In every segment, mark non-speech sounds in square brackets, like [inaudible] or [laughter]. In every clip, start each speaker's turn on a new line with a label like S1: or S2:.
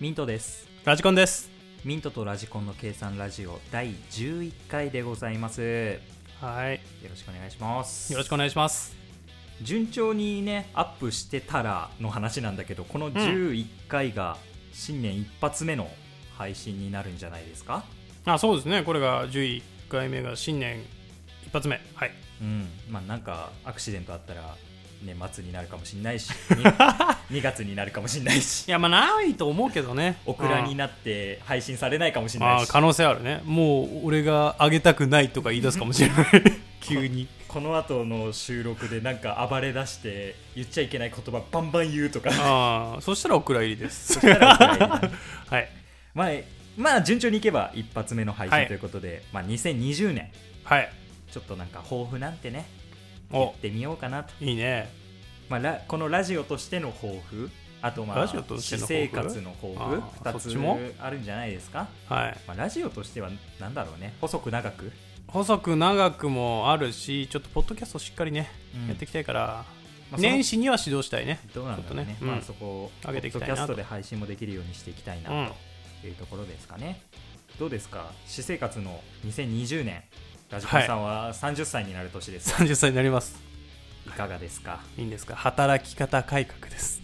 S1: ミントです
S2: ラジコンです
S1: ミントとラジコンの計算ラジオ第11回でございますよ
S2: はい
S1: ろしくお願いします
S2: よろしくお願いします
S1: 順調にねアップしてたらの話なんだけどこの11回が新年一発目の配信になるんじゃないですか
S2: あそうですねこれが11回目が新年一発目はい
S1: うんまあなんかアクシデントあったら年末になるかもしんない
S2: [laughs]
S1: し2月になるかもしんないし
S2: いやまあないと思うけどね
S1: オクラに
S2: な
S1: なって配信されないかもしんな
S2: あ
S1: い
S2: あ
S1: し
S2: 可能性あるねもう俺があげたくないとか言い出すかもしれない急に
S1: この後の収録でなんか暴れ出して言っちゃいけない言葉バンバン言うとか
S2: [laughs] あ [laughs] あそしたらお蔵入りです
S1: そしたらお蔵入り
S2: はい
S1: まあ、まあ順調にいけば一発目の配
S2: は
S1: 信
S2: い
S1: ということで、まあ、2020年
S2: はい
S1: ちょっとなんか抱負なんてね言
S2: お
S1: ってみようかなと、
S2: いいね
S1: まあ、ラこのラジオとしての抱負あとまあ
S2: ラジオとしての
S1: 私
S2: 抱負
S1: 生活の抱負
S2: あーそっちも
S1: 2つあるんじゃないですか、
S2: はい
S1: まあ、ラジオとしてはなんだろうね細く長く、
S2: 細く長くもあるしちょっとポッドキャストしっかりね、
S1: うん
S2: やっていきたいから、
S1: まあ
S2: 年始には指導したいね
S1: どうなんだろうね
S2: ちょっとね
S1: ま
S2: う
S1: あ、
S2: ん
S1: そこをポ
S2: 上
S1: ッド
S2: げてい
S1: キ
S2: きたい
S1: ャ
S2: なと
S1: ストで配信もできるようにしていきたいな
S2: うん
S1: というところですかね、どうですか私生活の2020年ラジコンさんは30歳になる年です、
S2: 30歳になります
S1: い、かがですか
S2: いいんですか働き方改革 [laughs] です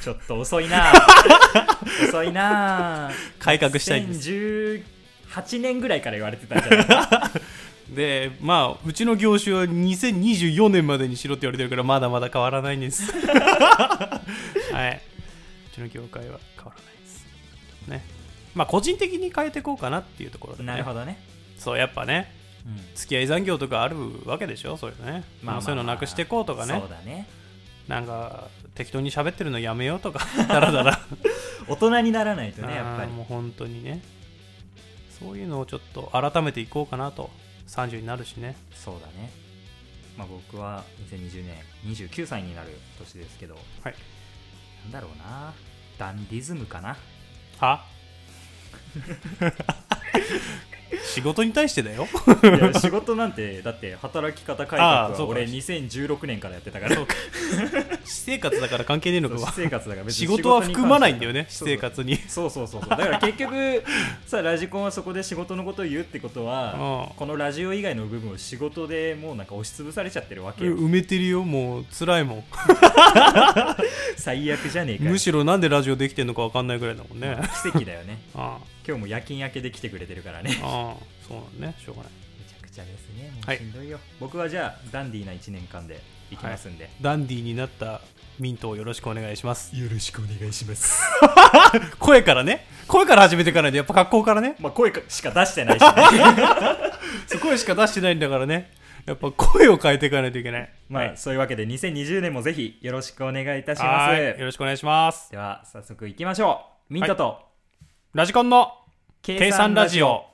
S1: ちょっと遅い
S2: [laughs]
S1: な遅いな
S2: 改革したいんです
S1: 2018年ぐらいから言われてたんじゃない
S2: [laughs]
S1: か
S2: でまあうちの業種は2024年までにしろって言われてるからまだまだ変わらないんです
S1: [laughs]
S2: はいうちの業界は変わらないですねまあ個人的に変えていこうかなっていうところで、ね、
S1: なるほどね、
S2: そうやっぱね
S1: うん
S2: 付き合い残業とかあるわけでしょそういうのね、まあ、そういうのなくしていこうとかね、
S1: そうだね
S2: なんか適当に喋ってるのやめようとか [laughs] だらだら
S1: 大人にならないとねやっぱ
S2: あー
S1: り
S2: もう本当にねそういうのをちょっと改めていこうかなと30になるしね
S1: そうだねまあ僕は2020年29歳になる年ですけど
S2: はい
S1: なんだろうなダンディズムかな
S2: は仕事に対してだよ
S1: い
S2: [laughs]
S1: や仕事なんてだって働き方改革
S2: あー
S1: は
S2: そうか
S1: 俺2016年からやってたから
S2: 私生活だから関係ねえのか [laughs]
S1: そう私生活だから別に
S2: 仕事は含まないんだよね
S1: 仕事
S2: 私生
S1: に関してはそ
S2: 活に
S1: うそうそうそうだから結局 [laughs] さラジコンはそこで仕事のことを言うってことは
S2: うん
S1: このラジオ以外の部分を仕事でもうなんか押しつぶされちゃってるわけよ
S2: 埋めてるよもう辛いもん
S1: 最悪じゃねえかよ
S2: むしろなんでラジオできてんのか分かんないぐらいだもんね
S1: 奇跡だよね
S2: あ
S1: 今日も夜勤明けで来てくれてるからね
S2: あああそうなんねしょうがない
S1: めちゃくちゃですね。も
S2: は
S1: う
S2: い
S1: しんどいよ。僕はじゃあ、ダンディーな1年間でいきますんで。
S2: ダンディーになったミントをよろしくお願いします
S1: よろしくお願いします。
S2: 声からね声から始めていかないとやっぱ格好からね
S1: まあ、声かしか出してないしね。
S2: そこしか出してないんだからねやっぱ声を変えていかないといけない
S1: まあ、
S2: はい
S1: そういうわけで、2020年もぜひよろしくお願いいたしま
S2: はいよ
S1: す。
S2: ろしくお願いします
S1: では、早速いきましょう。ミントと、
S2: ラジコンの
S1: 計
S2: 計算ラジオ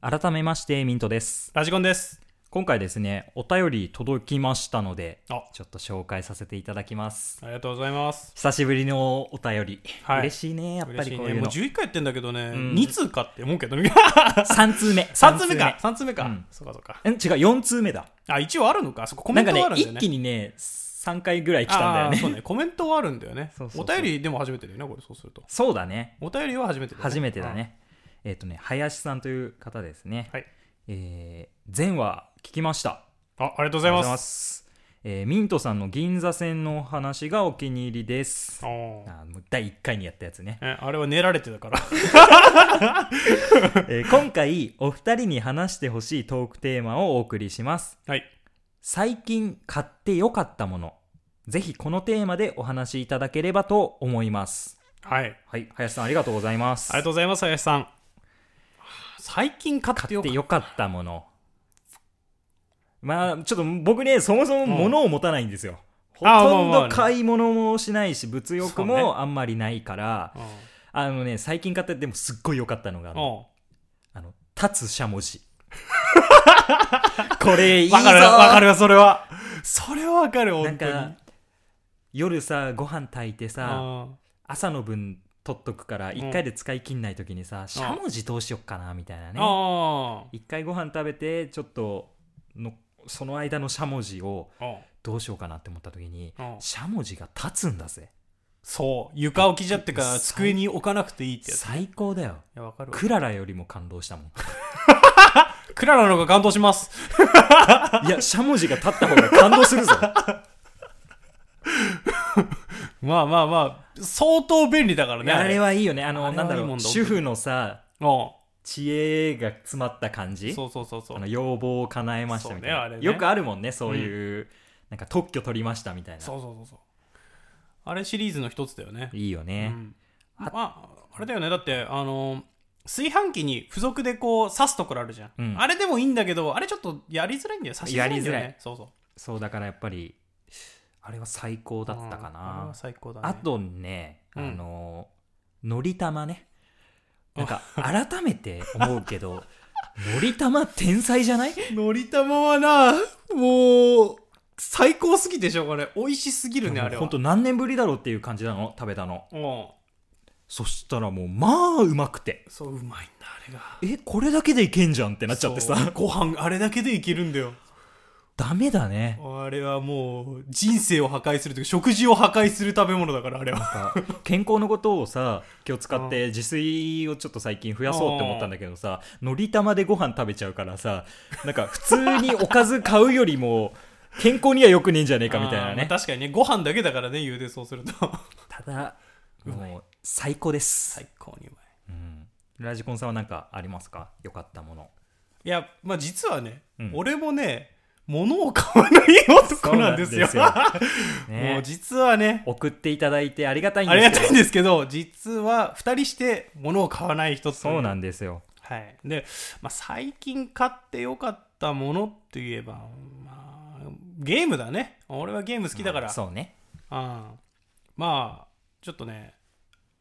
S1: 改めまして、ミントです。
S2: ラジコンです
S1: 今回ですね、お便り届きましたので、
S2: あ
S1: ちょっと紹介させていただきます。
S2: ありがとうございます
S1: 久しぶりのお便り。
S2: はい
S1: 嬉しいね、やっぱ
S2: 嬉し
S1: り
S2: い
S1: こうい
S2: ね
S1: う
S2: もう
S1: [laughs] の。
S2: 11回やってんだけどね、
S1: ん
S2: 2通かって思うけどね [laughs]
S1: 3通目。
S2: 3通目か3通目か、
S1: うん
S2: そうかそうか
S1: ん違う、4通目だ。
S2: あ一応あるのかそこコ
S1: な
S2: メ
S1: んか
S2: ント
S1: ね
S2: はあるんだよね
S1: 一気
S2: に
S1: にね、3回ぐらい来
S2: 来た
S1: たん
S2: ん
S1: だ
S2: だ
S1: よね。そ
S2: よねそううねコメントはあるんだよね
S1: そうそうそう
S2: お便りでも初めてだよねこれそうすると
S1: だね。
S2: お便りは初めてだよね
S1: 初めてだね。えっ、とね、林さんという方ですね。
S2: はい
S1: えー前話聞きました。
S2: あありがとうござい
S1: ありがとうご
S2: ま
S1: ざいますす。えーミントさんの銀座線のお話がお気に入りです。
S2: あ
S1: あ
S2: ー
S1: ーもう第1回にやったやつね。
S2: えあれは練られてたから
S1: [laughs]
S2: [laughs]
S1: えー今回、お二人に話してほしいトークテーマをお送りします。
S2: はい
S1: 最近買ってよかったもの。ぜひこのテーマでお話しいただければと思います。
S2: はい
S1: はい、林さんありがとうございます。
S2: ありがとうございます、林さん。最近買って
S1: 買っ
S2: よか
S1: て
S2: っ
S1: よかったもの。まあ、ちょっと僕ね、そもそも物を持たないんですよ。ほ
S2: あー
S1: とん
S2: まあ
S1: ど
S2: まあね
S1: 買い物もしないし、物欲
S2: そうね
S1: もあんまりないから、
S2: た。
S1: あのね、最近買ってでもすっごい良かったのがあ
S2: う
S1: の、
S2: ん。
S1: あの、立つしゃもじ。 [laughs] これいいぞ
S2: わかる、わかるよ、それは。それはわかる、
S1: なん
S2: 本当に。
S1: か、夜さ、ご飯炊いてさ、
S2: あ
S1: 朝の分取っとくから1回で使い切んない時にさしゃもじどうしよっかなみたいなね
S2: あ
S1: 1回ご飯食べてちょっとのその間のしゃもじを
S2: ーあ
S1: どうしようかなって思った時に
S2: ー
S1: しゃもじが立つんだぜ
S2: そう床置きじゃってか
S1: 最
S2: 机に置かなくていいってやつい
S1: 最高だよ
S2: やわかるわ
S1: クララよりも感動したもん
S2: クララの方が感動します
S1: いやしゃもじが立った方が感動
S2: [laughs]
S1: するぞ
S2: まあまあまあ相当便利だから
S1: い
S2: ね
S1: やあれ
S2: は
S1: はいいよねあの
S2: あれ
S1: な
S2: はいい
S1: んだろ
S2: もん
S1: う
S2: だ
S1: 主婦のさ知恵が詰まった感
S2: うん
S1: じ
S2: そうそうそうそう
S1: あの要望を叶えましたみたい
S2: そうね
S1: な、
S2: あれね
S1: よくあるもんねそういう、なんか特許取りましたみたいな
S2: そうそうそうそうあれシリーズの一つだよね
S1: いいよ
S2: う
S1: ね、
S2: んまああれだよねだってあの炊飯器に付属でこう刺すところあるじゃん、
S1: うん
S2: あれでもいいんだけどあれちょっとやりづらいんだよ刺しづらいんだよ
S1: やりづら
S2: ねそうそう
S1: そうだからやっぱりあれは最高だったか
S2: うんあれ
S1: な
S2: は、最高だね
S1: あとね、
S2: うん
S1: あののりたまねなんか改めて思うけ
S2: [laughs]
S1: どのりたま天才じゃない
S2: のりたまはなもう最高すぎでしょこれ美味しすぎるねあれは
S1: 本当何年ぶりだろうっていう感じなの食べたの
S2: うん
S1: そしたらもうまあうまくて
S2: そううまいんだあれが
S1: えこれだけでいけんじゃんってなっちゃって
S2: そう
S1: さ
S2: ご飯あれだけでいけるんだよ
S1: ダメだね
S2: あれはもう人生を破壊するというか食事を破壊する食べ物だからあれは
S1: なんか健康のことをさ気を使って自炊をちょっと最近増やそうって思ったんだけどさのりたまでご飯食べちゃうからさなんか普通におかず買うよりも健康にはよくねえんじゃねえかみたいな
S2: あー
S1: ね
S2: まあ確かにねご飯だけだからね言うでそうすると
S1: ただもう最高です、
S2: 最高にうまい
S1: うん、ラジコンさんは何かありますか良かったもの
S2: いやまあ実はね、
S1: うん
S2: 俺もね物を買わない男なんですよ
S1: そうなんでね
S2: [laughs] もう実はね
S1: 送っていただいてありがたいん
S2: あり
S1: で
S2: が
S1: す
S2: た
S1: け
S2: い
S1: ど
S2: んですけど実は2人して物を買わない人
S1: そうなんんですよ
S2: はいで、まあ、最近買ってよかったものって言えば、まあ、ゲームだね俺はゲーム好きだから、
S1: そうね
S2: うんまあちょっとね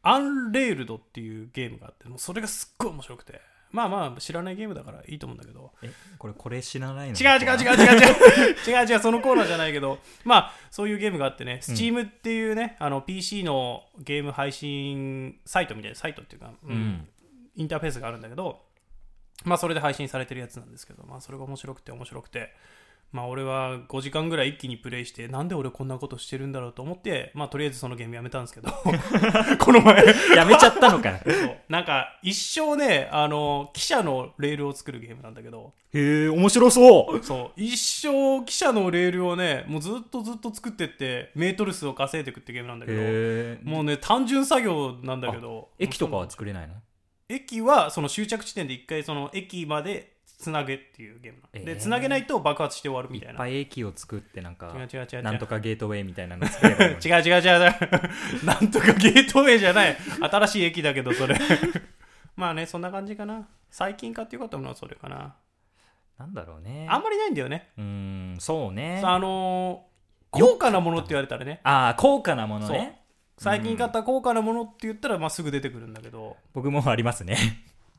S2: アンレールドっていうゲームがあってもうそれがすっごい面白くてまあまあ知らないゲームだからいいと思うんだけど
S1: えこれこれ知らないの
S2: 違う違う違う違う違う [laughs] 違う違うそのコーナーじゃないけどまあそういうゲームがあってね Steam っていうね、あの PC のゲーム配信サイトみたいなサイトっていうか、うん
S1: うん
S2: インターフェースがあるんだけどまあそれで配信されてるやつなんですけどまあそれが面白くて面白くてまあ俺は5時間ぐらい一気にプレイしてなんで俺こんなことしてるんだろうと思ってまあとりあえずそのゲームやめたんですけどこの前
S1: やめちゃったのか [laughs] よへ
S2: そうなんか一生ねあの記者のレールを作るゲームなんだけど
S1: え面白そう
S2: そう一生記者のレールをねもうずっとずっと作ってってメートル数を稼いでいくってゲームなんだけ
S1: へえ
S2: どもうね単純作業なんだけど
S1: 駅とかは作れないの
S2: 駅はその終着地点で一回その駅までつなげっていうゲームなの、
S1: えー
S2: でつなげないと爆発して終わる
S1: い
S2: みたい
S1: っ
S2: な
S1: ぱい駅を作ってなんか
S2: 違う違う違う違う
S1: なんとかゲートウェイみたいなの作ればいいのに
S2: 違う違う違う違う [laughs] なんとかゲートウェイじゃない新しい駅だけどそれ [laughs] まあねそんな感じかな最近買ってよかったものはそれかな
S1: [laughs] なんだろうね
S2: あんまりないんだよね、
S1: うーんそうね
S2: あのー
S1: こ
S2: 高価なものって言われたらね
S1: ああ高価なものね
S2: 最近買った高価なものって言ったら、まあ、すぐ出てくるんだけど
S1: 僕もありますね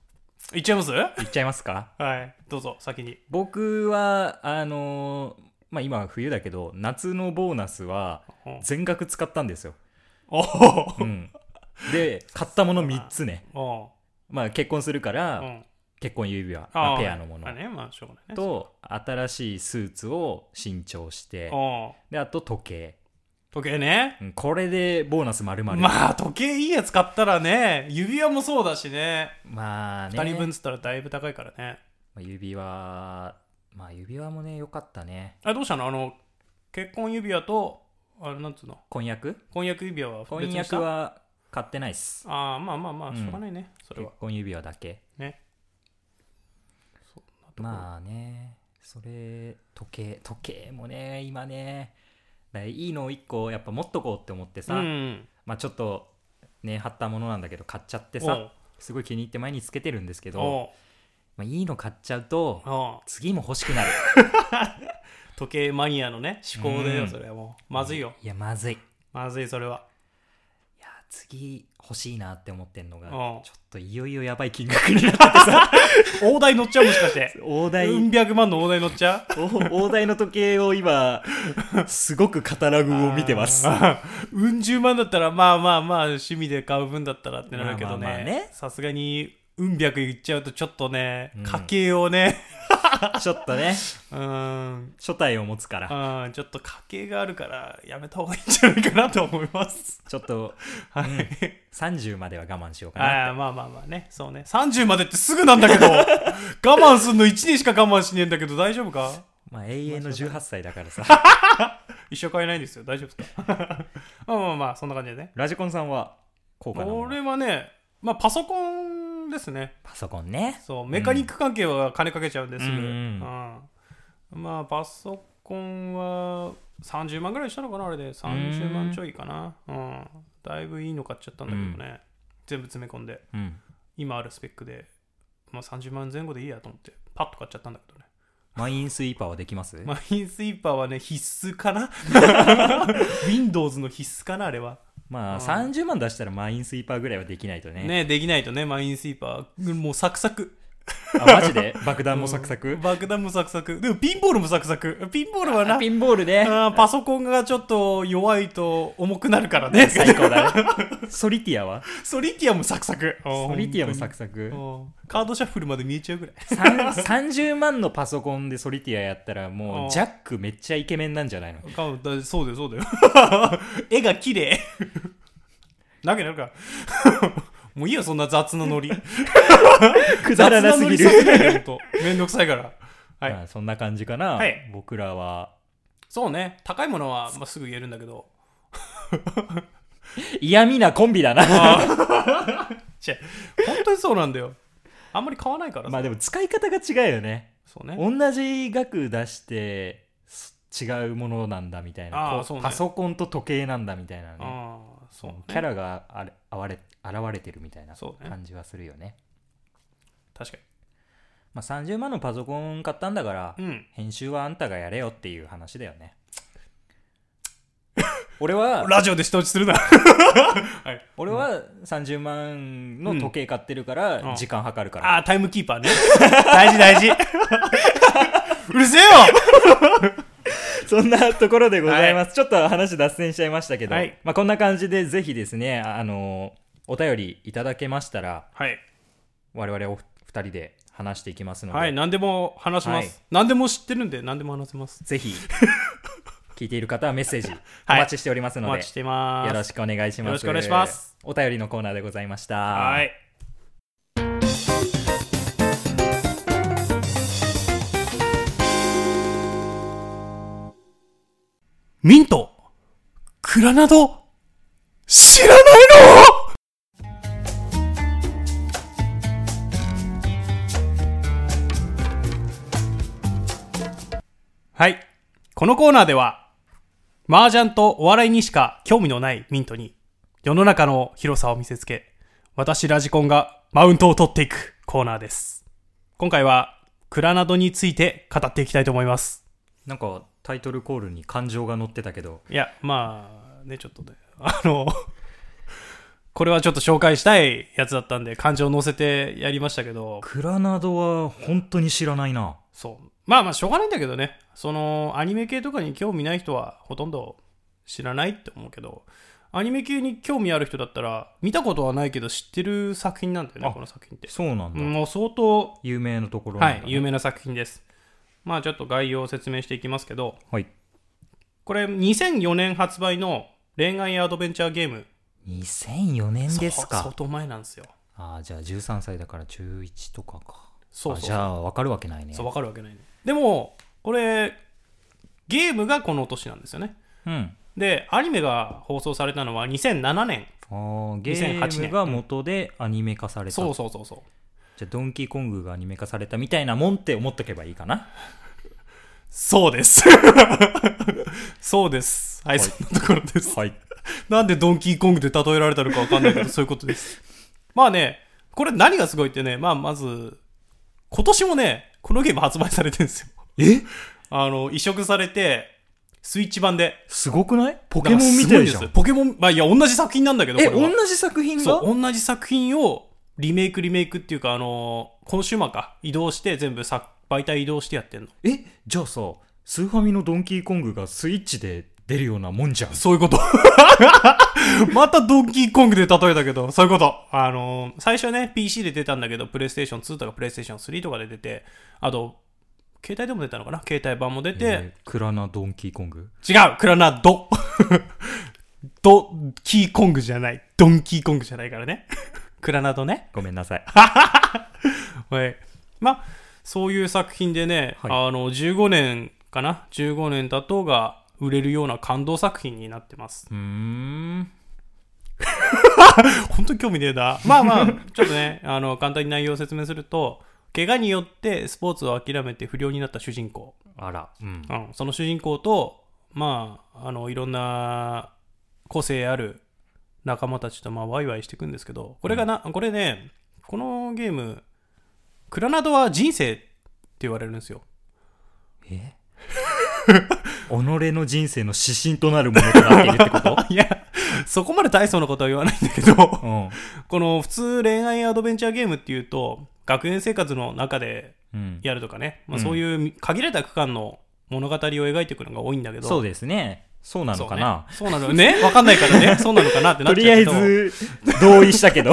S1: [laughs]
S2: いっちゃいますは
S1: 言っちゃいますか
S2: いどうぞ先に
S1: 僕はあのーまあ今は冬だけど夏のボーナスは
S2: うん
S1: 全額使ったんですよ、
S2: おー
S1: うん、で買ったもの3つね
S2: お
S1: まあ結婚するか
S2: ー
S1: ら、
S2: うん
S1: 結婚指輪、
S2: あ
S1: まあ
S2: ー
S1: ペアのもの
S2: あねまあしょうがないね
S1: と新しいスーツを新調して
S2: おー
S1: であと時計
S2: 時計ね
S1: うんこれでボーナス丸々
S2: まあ時計いいやつ買ったらね指輪もそうだしね
S1: まあね
S2: 2人分っつったらだいぶ高いからね
S1: まあ指輪まあ指輪もね良かったね
S2: あどうしたのあの結婚指輪とあれなんつうの
S1: 婚約
S2: 婚約指輪は別
S1: 婚
S2: にした
S1: 約は買ってないっす
S2: ああまあまあま
S1: う
S2: あ
S1: ん
S2: しょうがないね、それ
S1: 結
S2: は
S1: 婚指輪だけ
S2: ねそんなとこ
S1: まあねそれ時計時計もね今ねだからいいのを1個やっぱ持っとこうって思ってさ、
S2: うん
S1: まあちょっとね貼ったものなんだけど買っちゃって
S2: お
S1: さ
S2: う
S1: すごい気に入って前につけてるんですけど、
S2: おう
S1: まあ、いいの買っちゃうと
S2: ああ
S1: 次も欲しくなる
S2: 時計マニアのね思考だ
S1: う
S2: よ
S1: ん
S2: それはもうまずいよ
S1: いやまずいい
S2: まずいそれは
S1: や次欲しいなって思ってんのが、
S2: うん
S1: ちょっといよいよやばい金額になってさ
S2: 大台乗っちゃうもしか [laughs] して。
S1: [laughs] 大台、
S2: うん百万の大台乗っちゃう
S1: お大台の時計を今すごくカタログを見てます
S2: あー [laughs] うん十万だったら、まあまあまあ、趣味で買う分だったらってなるけど
S1: まあまあまあ
S2: ね
S1: ね。
S2: さすがに、うん百いっちゃうとちょっとね
S1: うん、
S2: 家計をね、
S1: ちょっとね
S2: うーん、
S1: 初体を持つから
S2: うんちょっと家計があるから、やめた方がいいんじゃないかなと思います。
S1: ちょっと
S2: はい。
S1: 30までは我慢しようかな
S2: あーまあまあまあね、そうね。30までってすぐなんだ
S1: [laughs]
S2: けど、我慢すんの1年しか我慢しねえんだけど、大丈夫か
S1: まあ永遠の18歳だからさ [laughs]
S2: 一生買えないんですよ、大丈夫ですかまあまあまあ、そんな感じでね。
S1: ラジコンさんはこうかな
S2: 俺はね、まあパソコンですね。
S1: パソコンね
S2: そう、メカニック関係は金かけちゃうんですぐ。
S1: うんうん
S2: うんまあパソコンは30万ぐらいしたのかな、あれで。30万ちょいかな。うん。だいぶいいの買っちゃったんだけどね。全部詰め込んで。
S1: うん
S2: 今あるスペックで、まあ、30万前後でいいやと思ってパッと買っちゃったんだけどね
S1: マインスイーパーはできます
S2: マインスイーパーはね必須
S1: [laughs]
S2: かな Windows の必須かなあれは
S1: ま
S2: うん
S1: あ30万出したらマインスイーパーぐらいはできないとね
S2: ねできないとねマインスイーパーもうサクサク
S1: あマジで爆弾もサクサク、
S2: 爆弾もサクサクでもピンボールもサクサクピンボールはな
S1: ピンボールね
S2: あーパソコンがちょっと弱いと重くなるからね
S1: 最高 [laughs] だねソリティアは
S2: ソリティアもサクサク
S1: [laughs] ソリティアもサ
S2: ク
S1: クサク
S2: カードシャッフルまで見えちゃうぐらい
S1: さん30万のパソコンでソリティアやったらも
S2: あ
S1: うジャックめっちゃイケメンなんじゃないの
S2: かだそうだよそうだよ [laughs] 絵が綺麗なわけなるか [laughs] もういいよそんな雑なノリ
S1: [laughs] くだらなすぎる
S2: 雑ノリさせないでほんとめんどくさいからはい
S1: まあ、そんな感じかな、
S2: はい
S1: 僕らは
S2: そうね高いものは、まあ、すぐ言えるんだ
S1: [laughs]
S2: けど
S1: 嫌味なコンビだな
S2: [laughs] ちぇ本当にそうなんだよあんまり買わないからさ
S1: まあでも使い方が違うよね
S2: そうね
S1: 同じ額出してす違うものなんだみたいな
S2: あー
S1: こう
S2: そうね
S1: パソコンと時計なんだみたいなね
S2: ああそうね
S1: キャラがあれあわれ現れてるみたいな
S2: そうね
S1: 感じはするよね
S2: 確か
S1: まあ、30万のパソコン買ったんだから、
S2: にうん
S1: 編集はあんたがやれよっていう話だよね俺は
S2: ラジオで下打ち [laughs] するなはい
S1: 俺は30万の時計買ってるから、
S2: うん
S1: 時間計るから、
S2: ああタイムキーパーね [laughs] 大事 [laughs] 大事うるせえよ
S1: [laughs] そんなところでございます、ちょっと話脱線しちゃいましたけど、
S2: はい
S1: まあ、こんな感じでぜひですねああのお便りいただけましたら
S2: はい
S1: 我々お二人で話していきますので、
S2: はい、何でも話します、
S1: はい
S2: 何でも知ってるんで、何でも話せます。 [laughs]
S1: ぜひ聞いている方はメッセージお待ちしております
S2: お
S1: ので、
S2: 待ちしてます。
S1: よろしくお願いします。
S2: よろしくお願いします。
S1: お便りのコーナーでございました。
S2: は。
S1: はい
S2: ミント、クラナド、知らないのはい。このコーナーでは、麻雀とお笑いにしか興味のないミントに、世の中の広さを見せつけ、私ラジコンがマウントを取っていくコーナーです。今回は、クラナドについて語っていきたいと思います。
S1: なんかタイトルコールに感情が乗ってたけど、
S2: いや、まあ、ね、ちょっとね、 [laughs] あの、これはちょっと紹介したいやつだったんで、感情を乗せてやりましたけど、
S1: クラナドは本当に知らないな。
S2: そう。まあまあ、しょうがないんだけどね。その、アニメ系とかに興味ない人は、ほとんど知らないって思うけど、アニメ系に興味ある人だったら、見たことはないけど知ってる作品なんだよね、
S1: あ
S2: この作品って。
S1: そうなんだ。
S2: もう相当、
S1: 有名なところ
S2: は
S1: ないん、だね
S2: 有名な作品です。まあ、ちょっと概要を説明していきますけど、
S1: はい。
S2: これ、2004年発売の恋愛アドベンチャーゲーム。
S1: 2004年です
S2: そう
S1: か
S2: 相。当前なんですよ。
S1: ああ、じゃあ13歳だから中1とかか。
S2: そう
S1: あ
S2: そう
S1: じゃあ分かるわけないね。
S2: そう、わかるわけないね。でも、これ、ゲームがこの年なんですよね。
S1: うん。
S2: で、アニメが放送されたのは2007年。
S1: あーゲ
S2: 2008
S1: ー
S2: 年
S1: ムが元でアニメ化された。
S2: そうそうそうそう。
S1: じゃあドンキーコングがアニメ化されたみたいなもんって思っとけばいいかな。
S2: そ
S1: [laughs]
S2: うです。そうです。はい、そんなところです。
S1: はい。
S2: なんでドンキーコングで例えられたのかわかんないけど、そういうことです。 [laughs] まあね、これ何がすごいってね、まあまず、今年もね、このゲーム発売されてるんですよ。
S1: え
S2: あの、移植されて、スイッチ版で。
S1: すごくないポケモンみたいじゃ
S2: なんかすごです
S1: ん。
S2: ポケモン、まあいや、同じ作品なんだけど、
S1: え、
S2: これは
S1: 同じ作品が
S2: そう、同じ作品をリメイクリメイクっていうか、あのーコンシューマーか、移動して全部さ媒体移動してやってんの。
S1: え、じゃあさ、スーファミのドンキーコングがスイッチで出るようなもんじゃん。
S2: そういうこと。 [laughs] またドンキーコングで例えたけど、そういうこと。あのー最初はね、PC で出たんだけど、プレイステーション2とかプレイステーション3とかで出て、あと、携帯でも出たのかな携帯版も出て、
S1: えークラナドンキーコング。
S2: 違うクラナド [laughs] ド、キーコングじゃない。ドンキーコングじゃないからね。 [laughs] クラナドね。
S1: ごめんなさい。
S2: はい。まあ、そういう作品でね、
S1: はい
S2: あの、15年かな ?15 年経とうが売れるような感動作品になってます。
S1: うーん。
S2: 本当に興味ねえな。 [laughs] まあまあ、ちょっとね、あの、簡単に内容を説明すると、怪我によってスポーツを諦めて不良になった主人公。
S1: あら。うん。
S2: うん、その主人公と、まあ、あの、いろんな個性ある仲間たちと、まあ、ワイワイしていくんですけど、これがな、これね、このゲーム、クラナドは人生って言われるんですよ。
S1: え己の人生の指針となるものとなっているって
S2: [laughs]
S1: こと
S2: いや、そこまで大層なことは言わないんだけど、こ
S1: うん。
S2: の普通恋愛アドベンチャーゲームっていうと、学園生活の中で
S1: うん。
S2: やるとかね、まあ、
S1: うん
S2: そういう限られた区間の物語を描いていくのが多いんだけど、
S1: そうですね。そうなのかな。
S2: そうねそうな
S1: [laughs]
S2: のね。わかんないからね。そうなのかなってな
S1: と
S2: っ
S1: り
S2: ちゃ
S1: あ
S2: うけ
S1: え
S2: ど。
S1: ず、同意したけ
S2: [laughs]
S1: ど。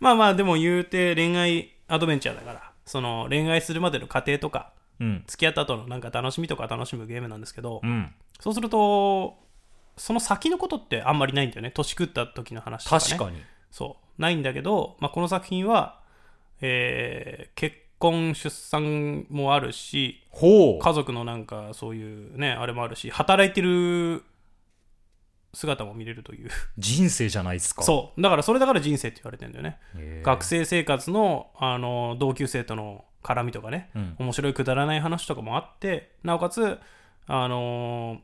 S2: まあまあ、でも言うて恋愛アドベンチャーだから、その恋愛するまでの過程とか、
S1: うん。
S2: 付き合った後のなんか楽しみとか楽しむゲームなんですけど、
S1: うん。
S2: そうすると、その先のことってあんまりないんだよね。年食った時の話とか、ね。
S1: 確かに。
S2: そう。ないんだけど、まあ、この作品は、えー結婚、出産もあるし、
S1: ほう。
S2: 家族のなんかそういうね、あれもあるし、働いてる姿も見れるという。
S1: 人生じゃないですか。
S2: そう。だからそれだから人生って言われてんだよね。
S1: へー
S2: 学生生活の、あの、同級生との絡みとかね、
S1: うん。
S2: 面白いくだらない話とかもあって、なおかつ、あの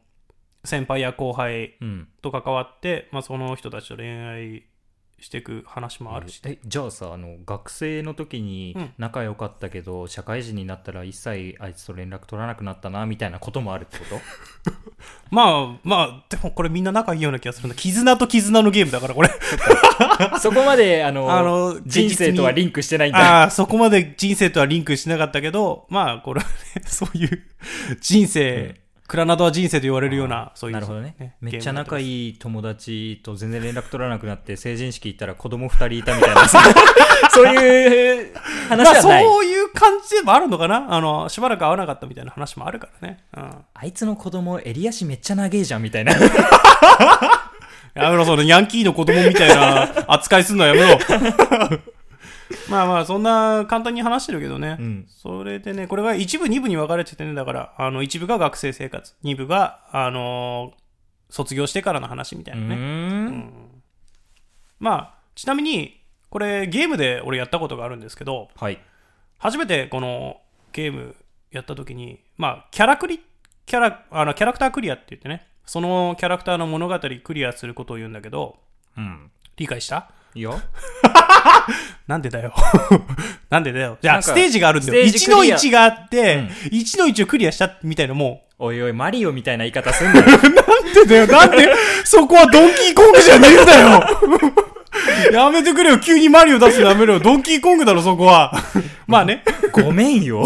S2: 先輩や後輩
S1: うん。
S2: と関わって、まあ、その人たちと恋愛していく話もあるし、
S1: えじゃあさあの学生の時に
S2: うん
S1: 仲良かったけど、社会人になったら一切あいつと連絡取らなくなったなみたいなこともあるってこと
S2: [laughs] まあまあでもこれみんな仲いいような気がするんだ絆と絆のゲームだからこれ
S1: そこまであの
S2: あの
S1: 人生とは
S2: 現実に
S1: リンクしてないんだ
S2: ああそこまで人生とはリンクしなかったけどまあこれはねそういう人生、クラナドは人生と言われるようなそういう
S1: なるほどねめっちゃ仲
S2: いい
S1: いい友達と全然連絡取らなくなって成人式行ったら子供二人いたみたい [laughs] なそうそういう話はない、
S2: そういう感じでもあるのかなあのしばらく会わなかったみたいな話もあるからね、うん、
S1: あいつの子供襟足めっちゃ長えじゃんみたいな
S2: やめろ、そのヤンキーの子供みたい
S1: [laughs]
S2: な扱いすんのやめろ。 [laughs] まあまあ、そんな簡単に話してるけどね。
S1: [laughs] うん
S2: それでね、これが一部、二部に分かれててね、だから、あの、一部が学生生活、二部が、あのー卒業してからの話みた
S1: う
S2: いなね。
S1: ーん
S2: まあ、ちなみに、これゲームで俺やったことがあるんですけど、
S1: はい
S2: 初めてこのゲームやった時に、まあ、キャラクリ、キャラ、あの、キャラクタークリアって言ってね、そのキャラクターの物語クリアすることを言うんだけど、
S1: うん
S2: 理解した
S1: いいよ
S2: なんでだよ。 [laughs] なんでだよ。じゃ
S1: な
S2: あ、
S1: んか
S2: ステージがあるんだよ。
S1: ステージ
S2: 1
S1: ク
S2: の
S1: リア
S2: 1があって、1の1をクリアしたみたいなも
S1: おいおいマリオみたいな言い方すん [laughs] なよ
S2: う。なんでだよ。なんで、そこはドンキーコングじゃねえんだよ。やめてくれよ。急にマリオ出すのやめろよ。ドンキーコングだろ、そこは。まあね。
S1: ごめんよ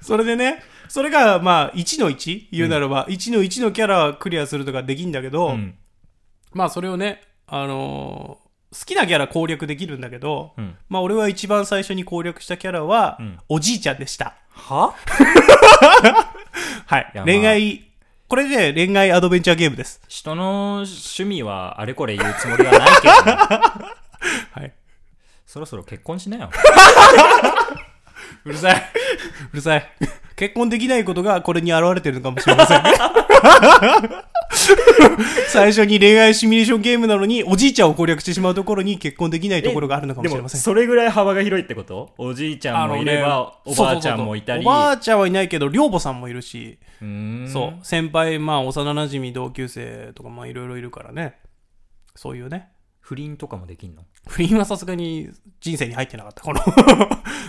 S2: それでね、それが、まあ、1の1言うならば、1の1のキャラクリアするとかできんだけど、
S1: うん
S2: まあ、それをね、あのー好きなキャラ攻略できるんだけど、
S1: うん
S2: まあ、俺は一番最初に攻略したキャラは、
S1: うん
S2: おじいちゃんでした。
S1: は
S2: はい
S1: い。や
S2: 恋
S1: まあ
S2: 愛、これで恋愛アドベンチャーゲームです。
S1: 人の趣味はあれこれ言うつもりはないけどね、 [laughs]
S2: はい。
S1: そろそろ結婚しなよ。
S2: うるさい。うるさい。結婚できないことがこれに現れてるのかもしれません。 [laughs] 最初に恋愛シミュレーションゲームなのに、おじいちゃんを攻略してしまうところに結婚できないところがあるのかもしれません。
S1: それぐらい幅が広いってことおじいちゃんもいれば、
S2: あのね
S1: おばあちゃんもいたり。
S2: そうそうそうおばあちゃんはいないけど、寮母さんもいるし、
S1: うーん
S2: そう、先輩、まあ、幼馴染同級生とか、まあ、いろいろいるからね。そういうね。
S1: 不倫とかもできんの
S2: 不倫はさすがに人生に入ってなかった。この、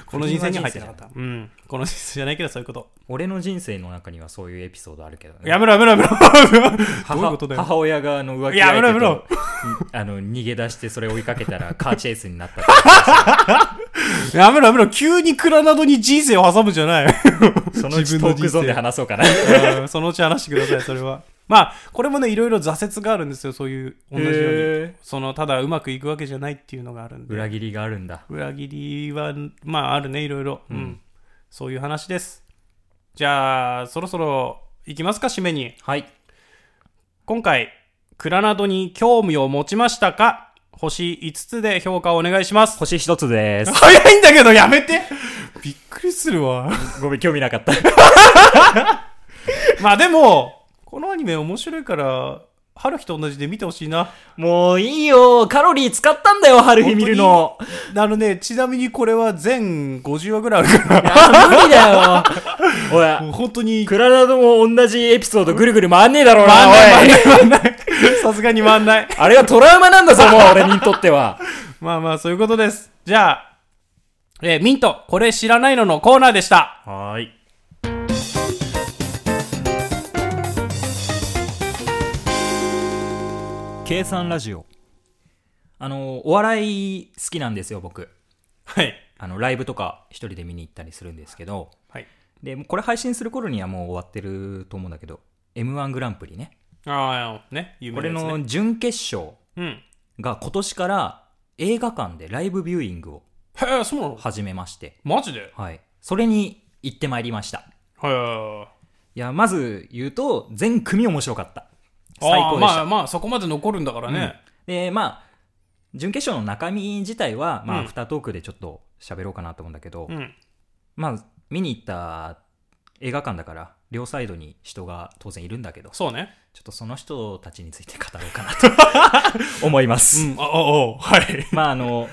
S2: この人生には入ってなかった。うん。この人生じゃないけど、そういうこと。
S1: 俺の人生の中にはそういうエピソードあるけどね
S2: やめろやめろやめろ
S1: 母
S2: どういうことだよ。
S1: 母親があの浮気
S2: やめろ
S1: 相
S2: やめ
S1: 手
S2: ろ
S1: とうん [laughs] あの逃げ出してそれを追いかけた [laughs] らカーチェイスになったと
S2: やめろやめろ急に蔵などに人生を挟むんじゃない。
S1: そのうち
S2: 自
S1: ト
S2: 分の人
S1: ー
S2: 生
S1: クゾーンで話そうか [laughs] な
S2: うん [laughs] そのうち話してください、それは。まあ、これもね、いろいろ挫折があるんですよ、そういう、同じように。
S1: へー
S2: その、ただうまくいくわけじゃないっていうのがあるんで。
S1: 裏切りがあるんだ
S2: 裏切りは、まあ、あるね、いろいろ。うん。
S1: うん
S2: そういう話です。じゃあ、そろそろ行きますか、締めに。
S1: はい
S2: 今回、クラナドに興味を持ちましたか星5つで評価をお願いします。
S1: 星一つ [laughs] です
S2: [laughs] 早いんだけど、やめて [laughs] びっくりするわ。
S1: ごめん興味なかった
S2: [laughs] まあでも、このアニメ面白いから、春日と同じで見てほしいな。
S1: もういいよカロリー使ったんだよ春日見るの
S2: あのね、ちなみにこれは全50話ぐらいあるか
S1: いや [laughs] 無理 [laughs] だ
S2: ら、
S1: よお
S2: も
S1: いう
S2: 本当 [laughs] に、
S1: クララドも同じエピソードぐるぐる回んねえだろうな
S2: 回んな
S1: おい
S2: い、回んない、回んない。さすがに回んない。
S1: あれはトラウマなんだぞ
S2: [laughs]
S1: もう俺にとっては
S2: まあまあ、そういうことです。じゃあ、えーミント、これ知らないののコーナーでした。
S1: はーい計算ラジオあのお笑い好きなんですよ僕
S2: はい。
S1: あのライブとか一人で見に行ったりするんですけど
S2: はい。
S1: でもうこれ配信する頃にはもう終わってると思うんだけど m 1グランプリね
S2: ああ、ね、有
S1: こ
S2: 名
S1: れ
S2: です、ね。
S1: の準決勝
S2: うん。
S1: が今年から映画館でライブビューイングを
S2: へえ、そうなの
S1: 始めまして
S2: マジで
S1: はいそれに行ってまいりました
S2: はい
S1: やまず言うと全組面白かった
S2: い。
S1: 最高でした
S2: まあまあ、そこまで残るんだからね。
S1: でまあ準決勝の中身自体は、まあ、
S2: う
S1: ア
S2: ん
S1: フタートークでちょっと喋ろうかなと思うんだけど、
S2: うん。
S1: まあ見に行った映画館だから両サイドに人が当然いるんだけどちょ
S2: そうね。
S1: っとその人たちについて語ろうかなと
S2: [laughs]
S1: 思います、
S2: うん。あ、あ、あ、 [laughs] はい。
S1: まああの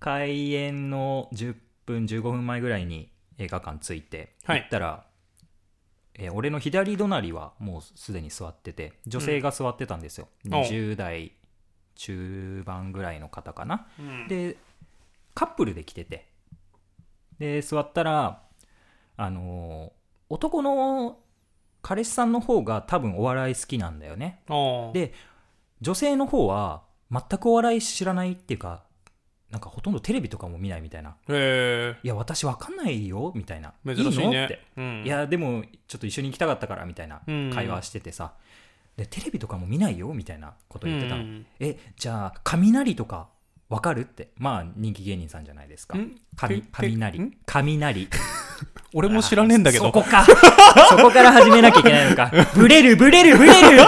S1: 開演の10分15分前ぐらいに映画館着いて
S2: は
S1: 行
S2: い
S1: ったら、えー俺の左隣はもうすでに座ってて女性が座ってたんですよ、
S2: ん
S1: 20代中盤ぐらいの方かなでカップルで来ててで座ったらあのー男の彼氏さんの方が多分お笑い好きなんだよね
S2: ああ。
S1: で女性の方は全くお笑い知らないっていうかなんかほとんどテレビとかも見ないみたいな
S2: へ
S1: 「いや私わかんないよ」みたいな「
S2: え、珍しい
S1: いいの?」
S2: ね。
S1: って
S2: うん
S1: い、やでもちょっと一緒に行きたかったからみたいな
S2: うん
S1: 会話しててさ、でテレビとかも見ないよみたいなこと言ってたの、
S2: うん
S1: えじゃあ雷とかわかるってまあ人気芸人さんじゃないですか
S2: ん
S1: 神
S2: け
S1: 雷
S2: ん
S1: 雷
S2: 俺も知らねえんだけど。
S1: そこ
S2: [laughs]
S1: かそこから始めなきゃいけないのかブレるブレるブレ
S2: [laughs]
S1: る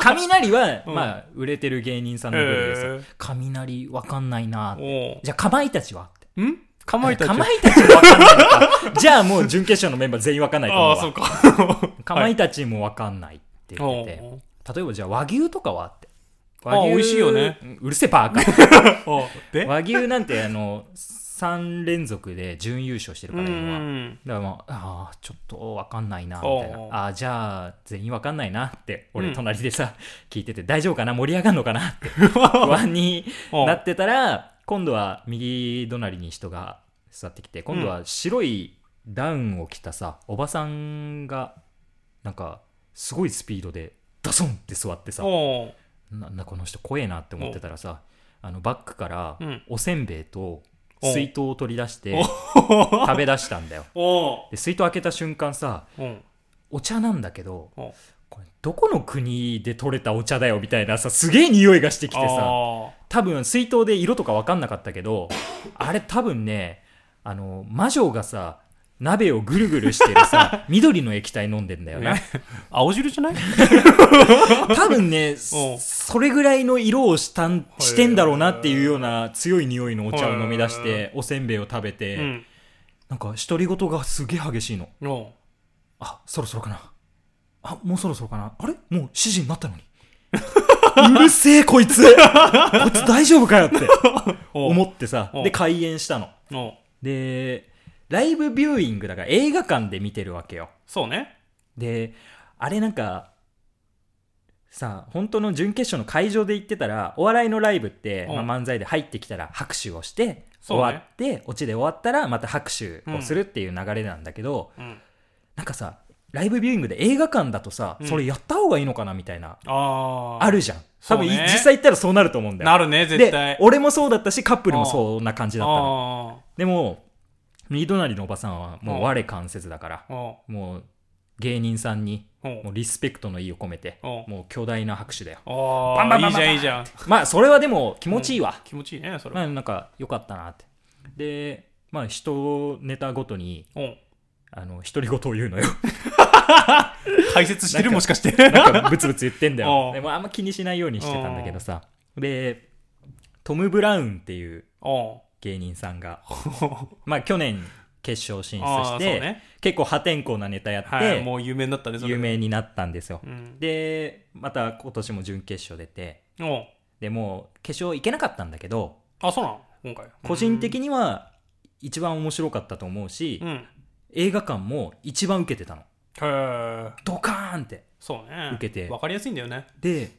S1: 雷は、
S2: うん
S1: まあ売れてる芸人さんのブレるですよ、雷わかんないなって
S2: お
S1: じゃあかまいたちは
S2: う。んかまいたち。
S1: かまいたちはわかんないのかじゃあもう準決勝のメンバー全員わかんないと思う
S2: あ
S1: わ
S2: あ、そうか。
S1: かまいたちもわかんないって言ってて、
S2: お
S1: 例えばじゃあ和牛とかはって。
S2: あ美味しいよね。
S1: うんうるせえパーカ
S2: おで
S1: 和牛なんてあの、3連続で準優勝してる
S2: う
S1: から今は。
S2: ん。
S1: だからもう、ああ、ちょっとわかんないな、みたいな
S2: おうおう。
S1: ああ、じゃあ全員わかんないなって、俺隣でさ、聞いてて大丈夫かな盛り上がんのかな
S2: [laughs]
S1: って不安に
S2: お
S1: なってたら、今度は右隣に人が座ってきて、今度は白いダウンを着たさ、おばさんが、なんか、すごいスピードで、ダソンって座ってさ、
S2: おう
S1: なんだこの人怖えなって思ってたらさ、あのバッグから
S2: うん
S1: おせんべいと
S2: お
S1: 水筒を取り出して食べ出したんだよ。
S2: おう
S1: で、水筒開けた瞬間さ、
S2: うん。
S1: お茶なんだけど、
S2: おう
S1: これどこの国で取れたお茶だよみたいなさ、すげえ匂いがしてきてさ、
S2: あ
S1: 多分水筒で色とか分かんなかったけどあれ多分ねあの魔女がさ鍋をぐるぐるしてる
S2: [laughs]
S1: さ緑の液体飲んでんだよな
S2: ね [laughs] 青汁じゃない
S1: 多分ね
S2: お [laughs] う
S1: それぐらいの色をしたんしてんだろうなっていうような強い匂いのお茶を飲み出し
S2: へ
S1: ておせんべいを食べて、
S2: うん。
S1: なんか独り言がすげえ激しいの
S2: おう
S1: あそろそろかなあもうそろそろかなあれもう7時にな
S2: [laughs]
S1: ったのにうるせえこいつこいつ大丈夫かよって
S2: おう
S1: 思ってさ
S2: おう
S1: で開演したの
S2: おう
S1: で、ライブビューイングだから映画館で見てるわけよ。
S2: そうね。
S1: で、あれなんか、さあ本当の準決勝の会場で行ってたらお笑いのライブって、
S2: うん
S1: まあ漫才で入ってきたら拍手をして、
S2: そう
S1: 終
S2: ね
S1: わってオチで終わったらまた拍手をするっていう流れなんだけど、
S2: うん、
S1: なんかさライブビューイングで映画館だとさ、
S2: うん
S1: それやった方がいいのかなみたいな
S2: あー
S1: あるじゃん多分、
S2: そうね
S1: 実際行ったらそうなると思うんだよ
S2: なるね絶対
S1: で俺もそうだったしカップルもそんな感じだったの
S2: あ
S1: でも右隣のおばさんはも
S2: う
S1: うん我関節だから
S2: ーおう
S1: もう芸人さんに
S2: お
S1: も
S2: う
S1: うリスペクトの意を込めて
S2: おう
S1: もう巨大な拍手だよ [laughs]
S2: お
S1: バンバン
S2: ー
S1: バ
S2: い
S1: ン
S2: い
S1: バ
S2: じ
S1: ン
S2: ゃんいいじゃん
S1: まあそれはでも気持ちいいわ、
S2: 気持ちいいねそれ
S1: ま
S2: は、
S1: あなんか良かったなってでまあ人ネタごとに
S2: おう
S1: あの独り言を言
S2: [laughs]
S1: うのよ
S2: 解説して
S1: なん
S2: る
S1: か
S2: もしかして
S1: なんかブツブツ言ってんだ
S2: う
S1: よ
S2: ん
S1: でもあんま気にしないようにしてたんだけどさでトム・ブラウンっていう
S2: お
S1: [laughs]
S2: う
S1: 芸人さんが
S2: あ
S1: まあ去年決勝進
S2: ー
S1: 出
S2: そ
S1: し
S2: う
S1: て、
S2: ね
S1: 結構破天荒なネタやって、
S2: はいもう有名になったねそれ
S1: 有名になったんですよ
S2: うん
S1: でまた今年も準決勝出て
S2: おう
S1: でもう決勝行けなかったんだけど
S2: あそうなの今回
S1: 個人的には一番面白かったと思うし、
S2: うん、うん、へ
S1: 映画館も一番受けてたの
S2: え
S1: ドカーンって
S2: そうね
S1: 受けて
S2: 分かりやすいんだよね
S1: で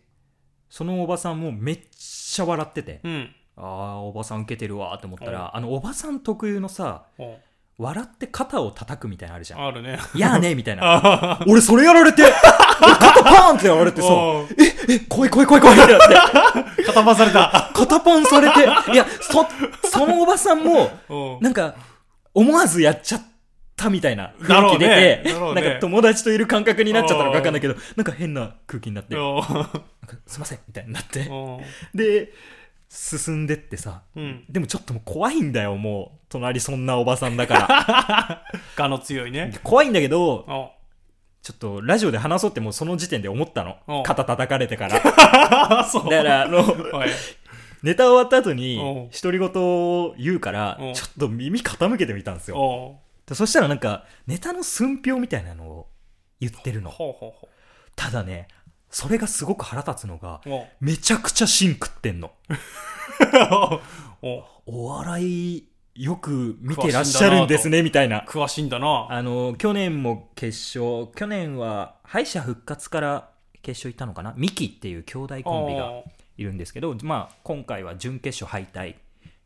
S1: そのおばさんもめっちゃ笑ってて、
S2: うん
S1: ああおばさん受けてるわーって思ったら、あのおばさん特有のさ
S2: おう
S1: 笑って肩を叩くみたいなのあるじゃん
S2: あるね
S1: 「やーね」みたいな
S2: あ
S1: 俺それやられて俺肩パーンってやられてさ
S2: [laughs] おう
S1: 怖い怖い怖い怖いってなって
S2: 固まされた
S1: 肩パンされていやそ [laughs] そのおばさんも
S2: [laughs] おう
S1: [laughs] なんか思わずやっちゃったみたいな
S2: だ
S1: 雰
S2: ろ
S1: 囲
S2: う
S1: 気出
S2: ね
S1: て、
S2: だろう
S1: な
S2: ね
S1: んか友達といる感覚になっちゃったのか分かんないけどなんか変な空気になって
S2: おう [laughs]
S1: すいませんみたいになって
S2: おう
S1: で進んでってさ
S2: うん
S1: でもちょっともう怖いんだよもう隣そんなおばさんだから
S2: 我の強い [laughs] ね
S1: 怖いんだけど
S2: おう
S1: ちょっとラジオで話そうってもうその時点で思った
S2: う
S1: の
S2: ん
S1: 肩叩かれてからだ
S2: あ [laughs] そ
S1: [laughs]
S2: う
S1: からあの
S2: おい
S1: ネタ終わった後に
S2: うん
S1: 独り言を言うから
S2: うん
S1: ちょっと耳傾けてみたんですよ
S2: おう
S1: でそしたらなんかネタの寸評みたいなのを言ってるの
S2: ほうほうほ
S1: ただねそれがすごく腹立つのが
S2: うおう
S1: めちゃくちゃ芯食ってんの [laughs]
S2: おう
S1: お笑いよく見てらっしゃるんですねみたいな
S2: 詳しいんだな
S1: あの去年も決勝去年は敗者復活から決勝行ったのかなミキっていう兄弟コンビが
S2: おう
S1: いるんですけど、まあ、今回は準決勝敗退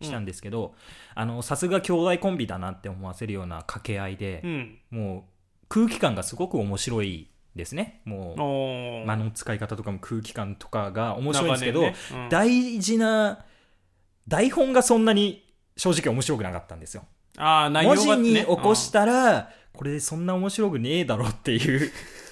S1: したんですけどあのさすが兄弟コンビだなって思わせるような掛け合いで
S2: う、ん
S1: もう空気感がすごく面白いですねも
S2: お
S1: う
S2: う
S1: 間の使い方とかも空気感とかが面白いんですけど、
S2: 長年ねうん
S1: 大事な台本がそんなに正直面白くなかったんですよ。
S2: ああ内容
S1: 文
S2: が
S1: 字
S2: ね
S1: に起こしたら、これそんな面白くねえだろっていう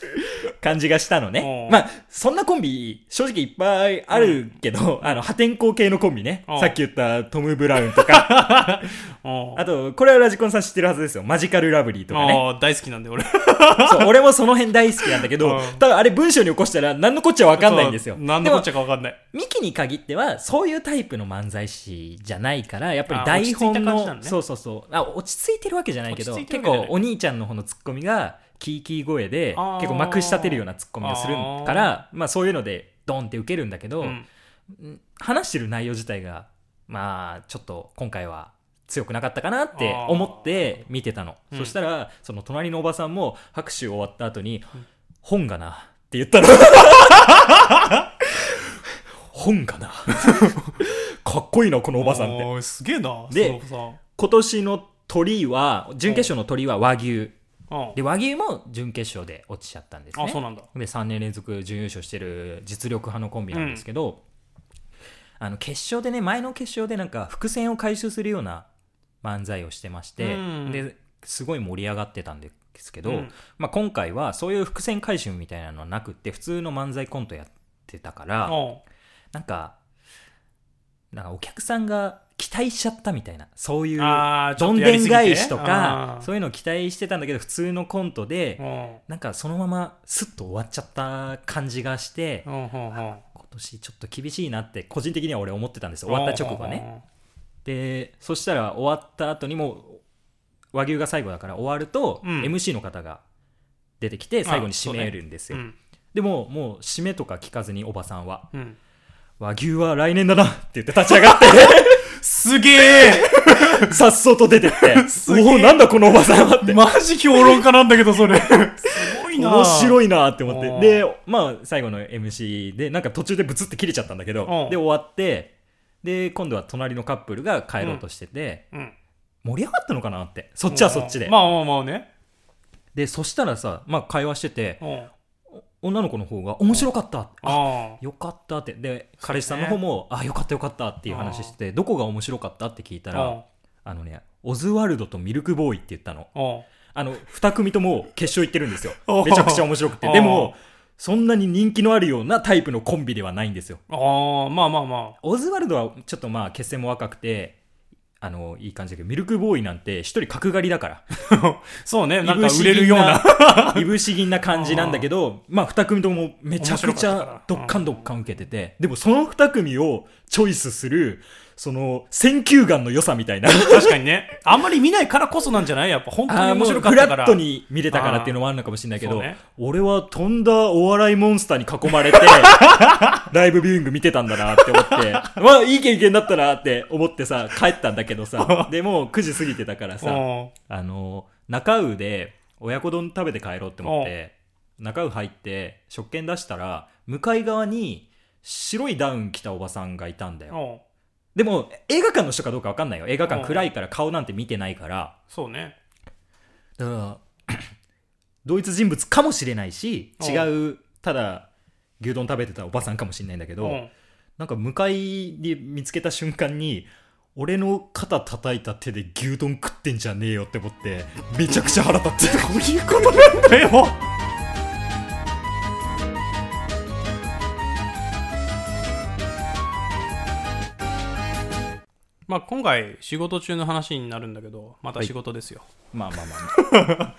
S1: [laughs] 感じがしたのね
S2: う。ん
S1: まあ、そんなコンビ、正直いっぱいあるけど、あの、破天荒系のコンビね
S2: う。ん
S1: さっき言ったトム・ブラウンと
S2: [laughs]
S1: か、
S2: うん
S1: あと、これはラジコンさん知ってるはずですよ。マジカル・ラブリーとかね。
S2: あー大好きなんで俺
S1: そう、俺もその辺大好きなんだけど
S2: う、ん
S1: ただあれ文章に起こしたら何のこっちゃわかんないんですよ。
S2: そうなんでこっちゃかわかんない
S1: ミキに限ってはそういうタイプの漫才師じゃないからやっぱり
S2: あ
S1: 台本の
S2: 落ち着いた感じなのね
S1: そうそうそうあ落ち着いてるわけじゃないけど
S2: 落ち着いて
S1: 結
S2: るわけじゃない
S1: 構お兄ちゃんの方のツッコミがキーキー声で
S2: あー
S1: 結構まくし立てるようなツッコミをするからまあそういうのでドンって受けるんだけど、
S2: うん
S1: ん話してる内容自体がまあちょっと今回は強くなかったかなって
S2: あー
S1: 思って見てたの、
S2: うん
S1: そしたらその隣のおばさんも拍手終わった後に
S2: うん
S1: 「本がな」って言ったの本がなかっこいいなこのおばさんって
S2: おーすげえな
S1: で
S2: そのおばさん
S1: 今年の鳥は準決勝の鳥は和牛
S2: うん
S1: で和牛も準決勝で落ちちゃったんですね
S2: あそうなんだ
S1: で3年連続準優勝してる実力派のコンビなんですけど、あの決勝でね前の決勝でなんか伏線を回収するような漫才をしてまして、
S2: うん
S1: ですごい盛り上がってたんですけど、
S2: うん
S1: まあ、今回はそういう伏線回収みたいなのはなくって普通の漫才コントやってたから
S2: お
S1: なんかなんかお客さんが期待しちゃったみたいなそういうう
S2: あーちょ
S1: ど
S2: っ
S1: ん
S2: とや
S1: で
S2: り
S1: ん
S2: すぎて
S1: 返しとか
S2: あー
S1: そういうのを期待してたんだけど普通のコントで
S2: うん
S1: なんかそのままスッと終わっちゃった感じがして、
S2: うんうんうん
S1: 今年ちょっと厳しいなって個人的には俺思ってたんですよ終わった直後はね。でそしたら終わった後にもう和牛が最後だから終わると
S2: うん
S1: MC の方が出てきて最後に締めるんです
S2: う
S1: よ、
S2: ん
S1: でももう締めとか聞かずにおばさんは
S2: うん
S1: 「和牛は来年だな」って言って立ち上がって
S2: [laughs] すげえ
S1: [laughs] さっそと出てって「
S2: すげえ
S1: おおなんだこのおばさんは」って
S2: マジ評論家なんだけどそれすご白いな
S1: 面白いなって思
S2: う
S1: っ
S2: ん
S1: てでまあ最後の MC でなんか途中でブツって切れちゃったんだけ
S2: う
S1: ど
S2: ん
S1: で終わってで今度は隣のカップルが帰ろうとしてて、
S2: うん
S1: 盛り上がったのかなってそっちはそっちで、
S2: まあまあまあね
S1: でそしたらさ、まあ、会話してて
S2: うん
S1: 女の子の方が面白かった、あ
S2: あ
S1: よかったってで彼氏さんの方も、あよかったよかったっていう話しててどこが面白かったって聞いた
S2: あ
S1: ら、
S2: うん
S1: あのねオズワルドとミルクボーイって言ったの
S2: うん
S1: あの2組とも決勝行ってるんですよ
S2: [laughs] おー
S1: めちゃくちゃ面白くて
S2: おー
S1: でもそんなに人気のあるようなタイプのコンビではないんですよ
S2: ああまあまあまあ
S1: オズワルドはちょっとまあ決戦も若くてあのいい感じだけどミルクボーイなんて一人角刈りだから
S2: そうね [laughs] なんか売れるようない
S1: ぶし銀な [laughs] 感じなんだけど、まあ2組ともめちゃくちゃどっかんどっかん受けてて、でもその2組をチョイスする、その、選球眼の良さみたいな。
S2: 確かにねあんまり見ないからこそなんじゃないやっぱ本当に
S1: あーも
S2: 面
S1: う
S2: 白かっ
S1: フ
S2: た
S1: ラ
S2: から
S1: ットに見れたからっていうのもあるのかもしれないけ
S2: あー
S1: ど、
S2: そうね
S1: 俺は飛んだお笑いモンスターに囲
S2: [laughs]
S1: まれて、ライブビューイング見てたんだなって思って、まあいい経験だったなって思ってさ、帰ったんだけど
S2: [laughs]
S1: さ、でもう9時過ぎてたからさ、
S2: うん
S1: あの中雨で親子丼食べて帰ろうって思って中雨入って食券出したら向かい側に白いダウン着たおばさんがいたんだよ
S2: うん
S1: でも映画館の人かどうか分かんないよ映画
S2: お
S1: 館
S2: う
S1: 暗いから顔なんて見てないから
S2: そうね
S1: だから同一人物かもしれないし
S2: おう
S1: 違うただ牛丼食べてたおばさんかもしれないんだけ
S2: う
S1: ど、
S2: ん
S1: なんか向かいで見つけた瞬間に俺の肩叩いた手で牛丼食ってんじゃねえよって思ってめちゃくちゃ腹立ってどういうことなんだよ
S2: まあ今回仕事中の話になるんだけどまた仕事ですよ
S1: まあまあま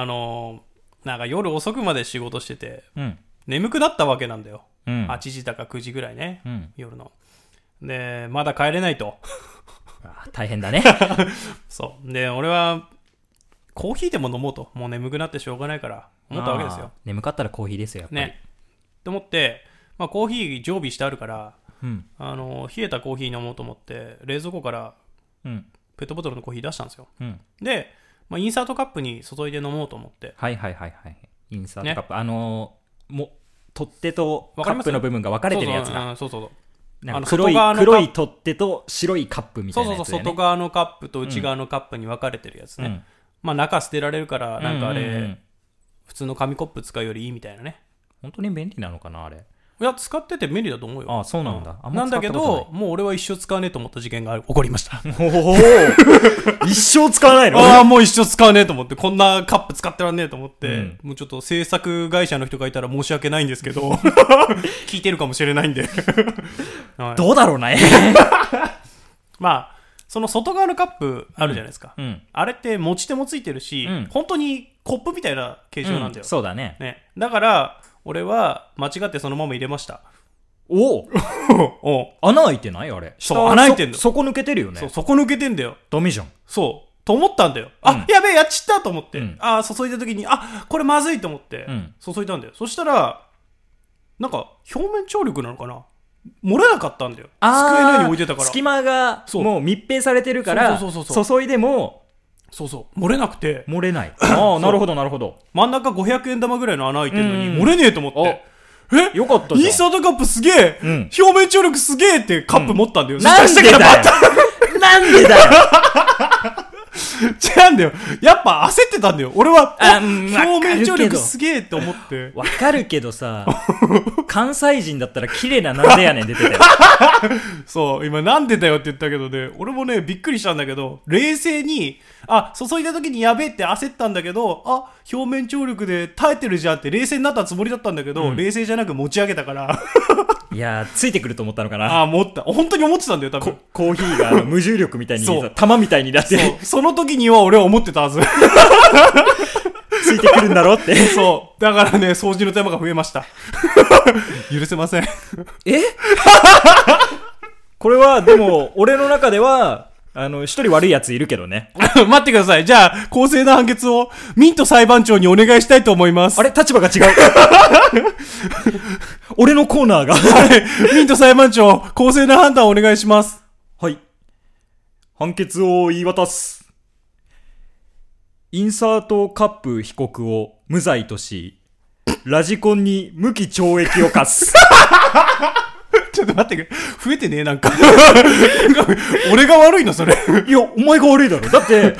S2: あのーなんか夜遅くまで仕事してて
S1: あうん
S2: 眠くなったわけなんだよ
S1: うん
S2: 8時だか9時ぐらいね
S1: うん
S2: 夜のでまだ帰れないと
S1: あ大変だね
S2: そうで俺はコーヒーでも飲もうともう眠くなってしょうがないから思ったわけですよ
S1: まあ眠かったらコーヒーですよやっぱり
S2: ねと思って、まあ、コーヒー常備してあるから
S1: うん
S2: あの冷えたコーヒー飲もうと思って冷蔵庫から
S1: うん
S2: ペットボトルのコーヒー出したんですよ
S1: うん
S2: で、まあ、インサートカップに注いで飲もうと思って
S1: はいはいはいはいインサー
S2: ね
S1: トカップ、あのーも取っ手と
S2: わ
S1: カ
S2: かりま
S1: ッ
S2: す
S1: プの部分が分かれてるやつだ
S2: だそうそうそう
S1: なんか
S2: あの
S1: 黒い
S2: 外側のカップ
S1: 黒い取っ手と白いカップみた
S2: そう
S1: いな
S2: そう
S1: やつだ
S2: そう
S1: よ、ね、
S2: 外側のカップと内側のカップに分かれてるやつね、まあ中捨てられるから
S1: うん
S2: なんかあれ、
S1: ううんうん
S2: 普通の紙コップ使うよりいいみたいなね
S1: 本当に便利なのかなあれ
S2: いや使ってて便利だと思うよ
S1: あそうなんだあん
S2: な
S1: ま
S2: ん
S1: 使
S2: だ
S1: った
S2: け
S1: ことない
S2: どもう俺は一生使わねえと思った事件が起こりました
S1: [laughs] おお一生使わないの [laughs]
S2: ああもう一生使わねえと思ってこんなカップ使ってらんねえと思って、
S1: うん
S2: もうちょっと制作会社の人がいたら申し訳ないんです
S1: [laughs]
S2: けど聞いてるかもしれないんで、 [laughs] はい
S1: どうだろうね。
S2: まあその外側のカップあるじゃないですか、
S1: うん。
S2: あれって持ち手もついてるし、
S1: うん
S2: 本当にコップみたいな形状なんだよ、
S1: そうだね。
S2: ね、だから俺は間違ってそのまま入れました
S1: [laughs] お
S2: おう
S1: 穴開いてないあれ。
S2: そう
S1: 下
S2: 穴開いてんの
S1: そそこ抜けてるよ
S2: そう
S1: ね。
S2: そこ抜けてんだよ
S1: ダメじゃん。
S2: そうと思ったんだよあ、
S1: うん
S2: やべえやっちったと思って、
S1: うん
S2: ああ注いだ時にあこれまずいと思って、
S1: うん
S2: 注いだんだよそしたらなんか表面張力なのかな漏れなかったんだよ机の上に置いてたから
S1: 隙間が
S2: そう
S1: もう密閉されてるから、
S2: そうそうそうそう
S1: 注いでも
S2: そうそう漏れなくて
S1: 漏れない。ああ、なるほど、なるほ [laughs] ど。
S2: 真ん中500円玉ぐらいの穴開いてるのに
S1: うん
S2: 漏れねえと思ってえ
S1: よかった
S2: イン
S1: じ
S2: サートカップすげえ、
S1: うん
S2: 表面張力すげえってカップ持ったんだよ。
S1: ゃん。なんでだ
S2: そした
S1: よ
S2: ら下か
S1: [laughs] な
S2: ら
S1: んでだよ
S2: また違うんだよ。やっぱ焦ってたんだよ。俺は、
S1: あ
S2: お
S1: うん
S2: 表面張
S1: わかるけ
S2: 力
S1: ど
S2: すげえって思って。
S1: わかるけどさ、関西人だったら綺麗ななんでやねん出て [laughs] たよ。
S2: そう、今なんでだよって言ったけどね、俺もね、びっくりしたんだけど、冷静に、あ、注いだ時にやべえって焦ったんだけど、あ、表面張力で耐えてるじゃんって冷静になったつもりだったんだけど、
S1: うん
S2: 冷静じゃなく持ち上げたから、
S1: いやー、ついてくると思ったのかな。
S2: [laughs] あ、持った。本当に思ってたんだよ、多分
S1: こ。コーヒーがあの無重力みたいに
S2: そう
S1: さ、玉みたいになって
S2: そうその時には俺は思ってたはず。
S1: ついてくるんだろって。
S2: [laughs] そう。 [laughs] だからね、掃除の手間が増えました。 [laughs] 許せません。
S1: [laughs] えこれは、でも、俺の中では、あの、一人悪いやついるけどね。
S2: [laughs] 待ってください。じゃあ、公正な判決を、ミント裁判長にお願いしたいと思います。
S1: あれ立場が違う。 [laughs] 俺のコーナーが。
S2: はいミント裁判長、公正な判断をお願いします。
S1: はい。判決を言い渡す。インサートカップ被告を無罪とし、ラジコンに無期懲役を課
S2: [laughs]
S1: す。
S2: ちょっと待ってくれ。増えてねえなんか。 [laughs] 俺が悪いのそれ。
S1: いや、お前が悪いだろ。だって、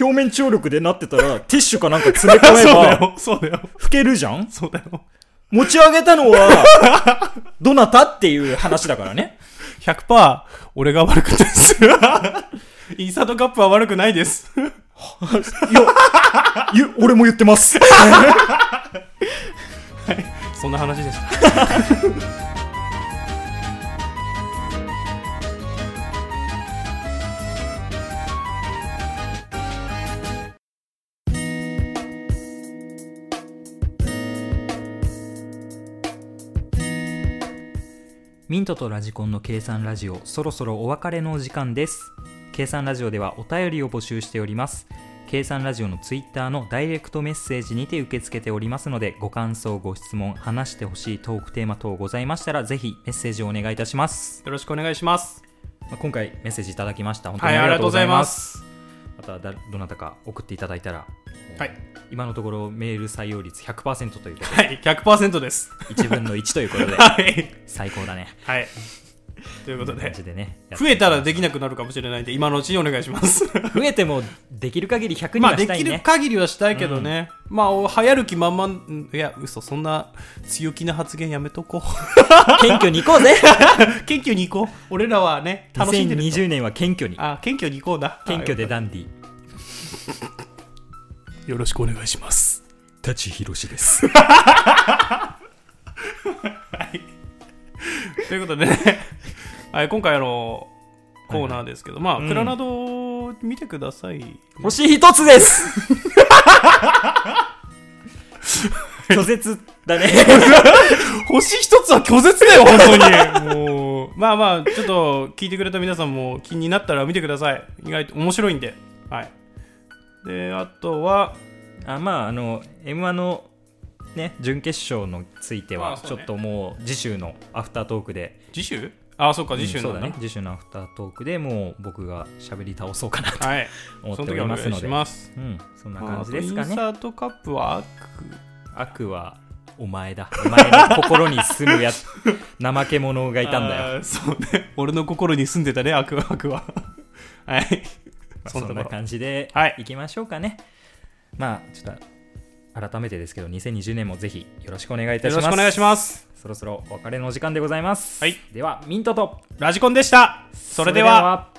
S1: 表面張力でなってたら、ティッシュかなんか詰め込
S2: [laughs] そう
S1: め
S2: だ
S1: ば、
S2: よ。そうだよ。
S1: 吹けるじゃん
S2: そうだよ。
S1: 持ち上げたのは、どなたっていう話だからね。
S2: 100%俺が悪かったです。 [laughs] インサートカップは悪くないです。
S1: いや、ゆ俺も言って
S2: [laughs]
S1: ます。
S2: そんな話でした。
S1: ミントとラジコンの計算ラジオそろそろお別れのお時間です計算ラジオではお便りを募集しております計算ラジオのツイッターのダイレクトメッセージにて受け付けておりますのでご感想ご質問話してほしいトークテーマ等ございましたらぜひメッセージをお願いいたします、
S2: よろしくお願いします。
S1: まあ、今回メッセージいただきました本当
S2: は
S1: に
S2: い、
S1: あ
S2: あ
S1: りが
S2: りが
S1: とう
S2: と
S1: ご
S2: うご
S1: ざ
S2: ざ
S1: い
S2: い
S1: ま、
S2: ますす。
S1: まただどなたか送っていただいたら
S2: はい。
S1: 今のところメール採用率100%という
S2: [laughs]
S1: こと
S2: はい、100%です。
S1: で1分の1ということで
S2: はい。
S1: 最高だね
S2: はい。ということ
S1: 感
S2: で
S1: じ、でねやって
S2: 増えたらできなくなるかもしれないんで、今のうちにお願いします。
S1: 増えてもできる限り100に
S2: まあ、
S1: は
S2: で
S1: したい
S2: きる
S1: ね、
S2: 限りはしたいけどね。まあ、お流行る気満々、んいや、嘘、そんな強気な発言やめとこう。
S1: [laughs] 謙虚に行こうぜ
S2: 謙虚に行こう。俺らはね、楽しんでる。
S1: 2020年は謙虚に
S2: あ、謙虚に行こうだ。
S1: 謙虚で
S2: だ。
S1: ダンディ
S2: よろしくお願いします。
S1: 舘ひろしです
S2: ということでね、 [laughs] はい、今回あの、コーナーですけど、まあ、
S1: うん
S2: クラナドを見てください。
S1: 星一つです [laughs] 拒絶だね
S2: 星一つは拒絶だよ、本当に。もう。まあまあ、ちょっと聞いてくれた皆さんも気になったら見てください。意外と面白いんで。はい。で、あとは、
S1: あまああの m 1のね準決勝のついて
S2: あ
S1: は
S2: そう
S1: ちょ
S2: ね
S1: っともう次週のアフタートークで
S2: 次週あ、そうか、次週
S1: うんそ
S2: な
S1: うんだ
S2: だ,、
S1: ね次週のアフタートークでもう僕が喋り倒そうかなと
S2: はい。
S1: 思っ
S2: そ
S1: てお
S2: の時
S1: り
S2: はお
S1: ま
S2: 願
S1: す
S2: い
S1: の
S2: し
S1: で
S2: ます。
S1: うんそんな
S2: まあ
S1: 感
S2: あ
S1: じ
S2: と
S1: で
S2: イ
S1: す
S2: ン
S1: か
S2: サ
S1: ね
S2: ートカップは、
S1: 悪はお前だお前の心に住むや
S2: [laughs]
S1: つ怠け者がいたんだよ
S2: よ。そうね。俺の心に住んでたね、悪は、悪は。はい。
S1: まあそんな感じで
S2: はい
S1: いきましょうかね、まあちょっと改めてですけど2020年もぜひよろしくお願いいた
S2: よ
S1: しま
S2: ろ
S1: す
S2: しくお願いします。
S1: そろそろお別れのお時間でございます、
S2: はい
S1: ではミントと
S2: ラジコンでした。それでは。
S1: は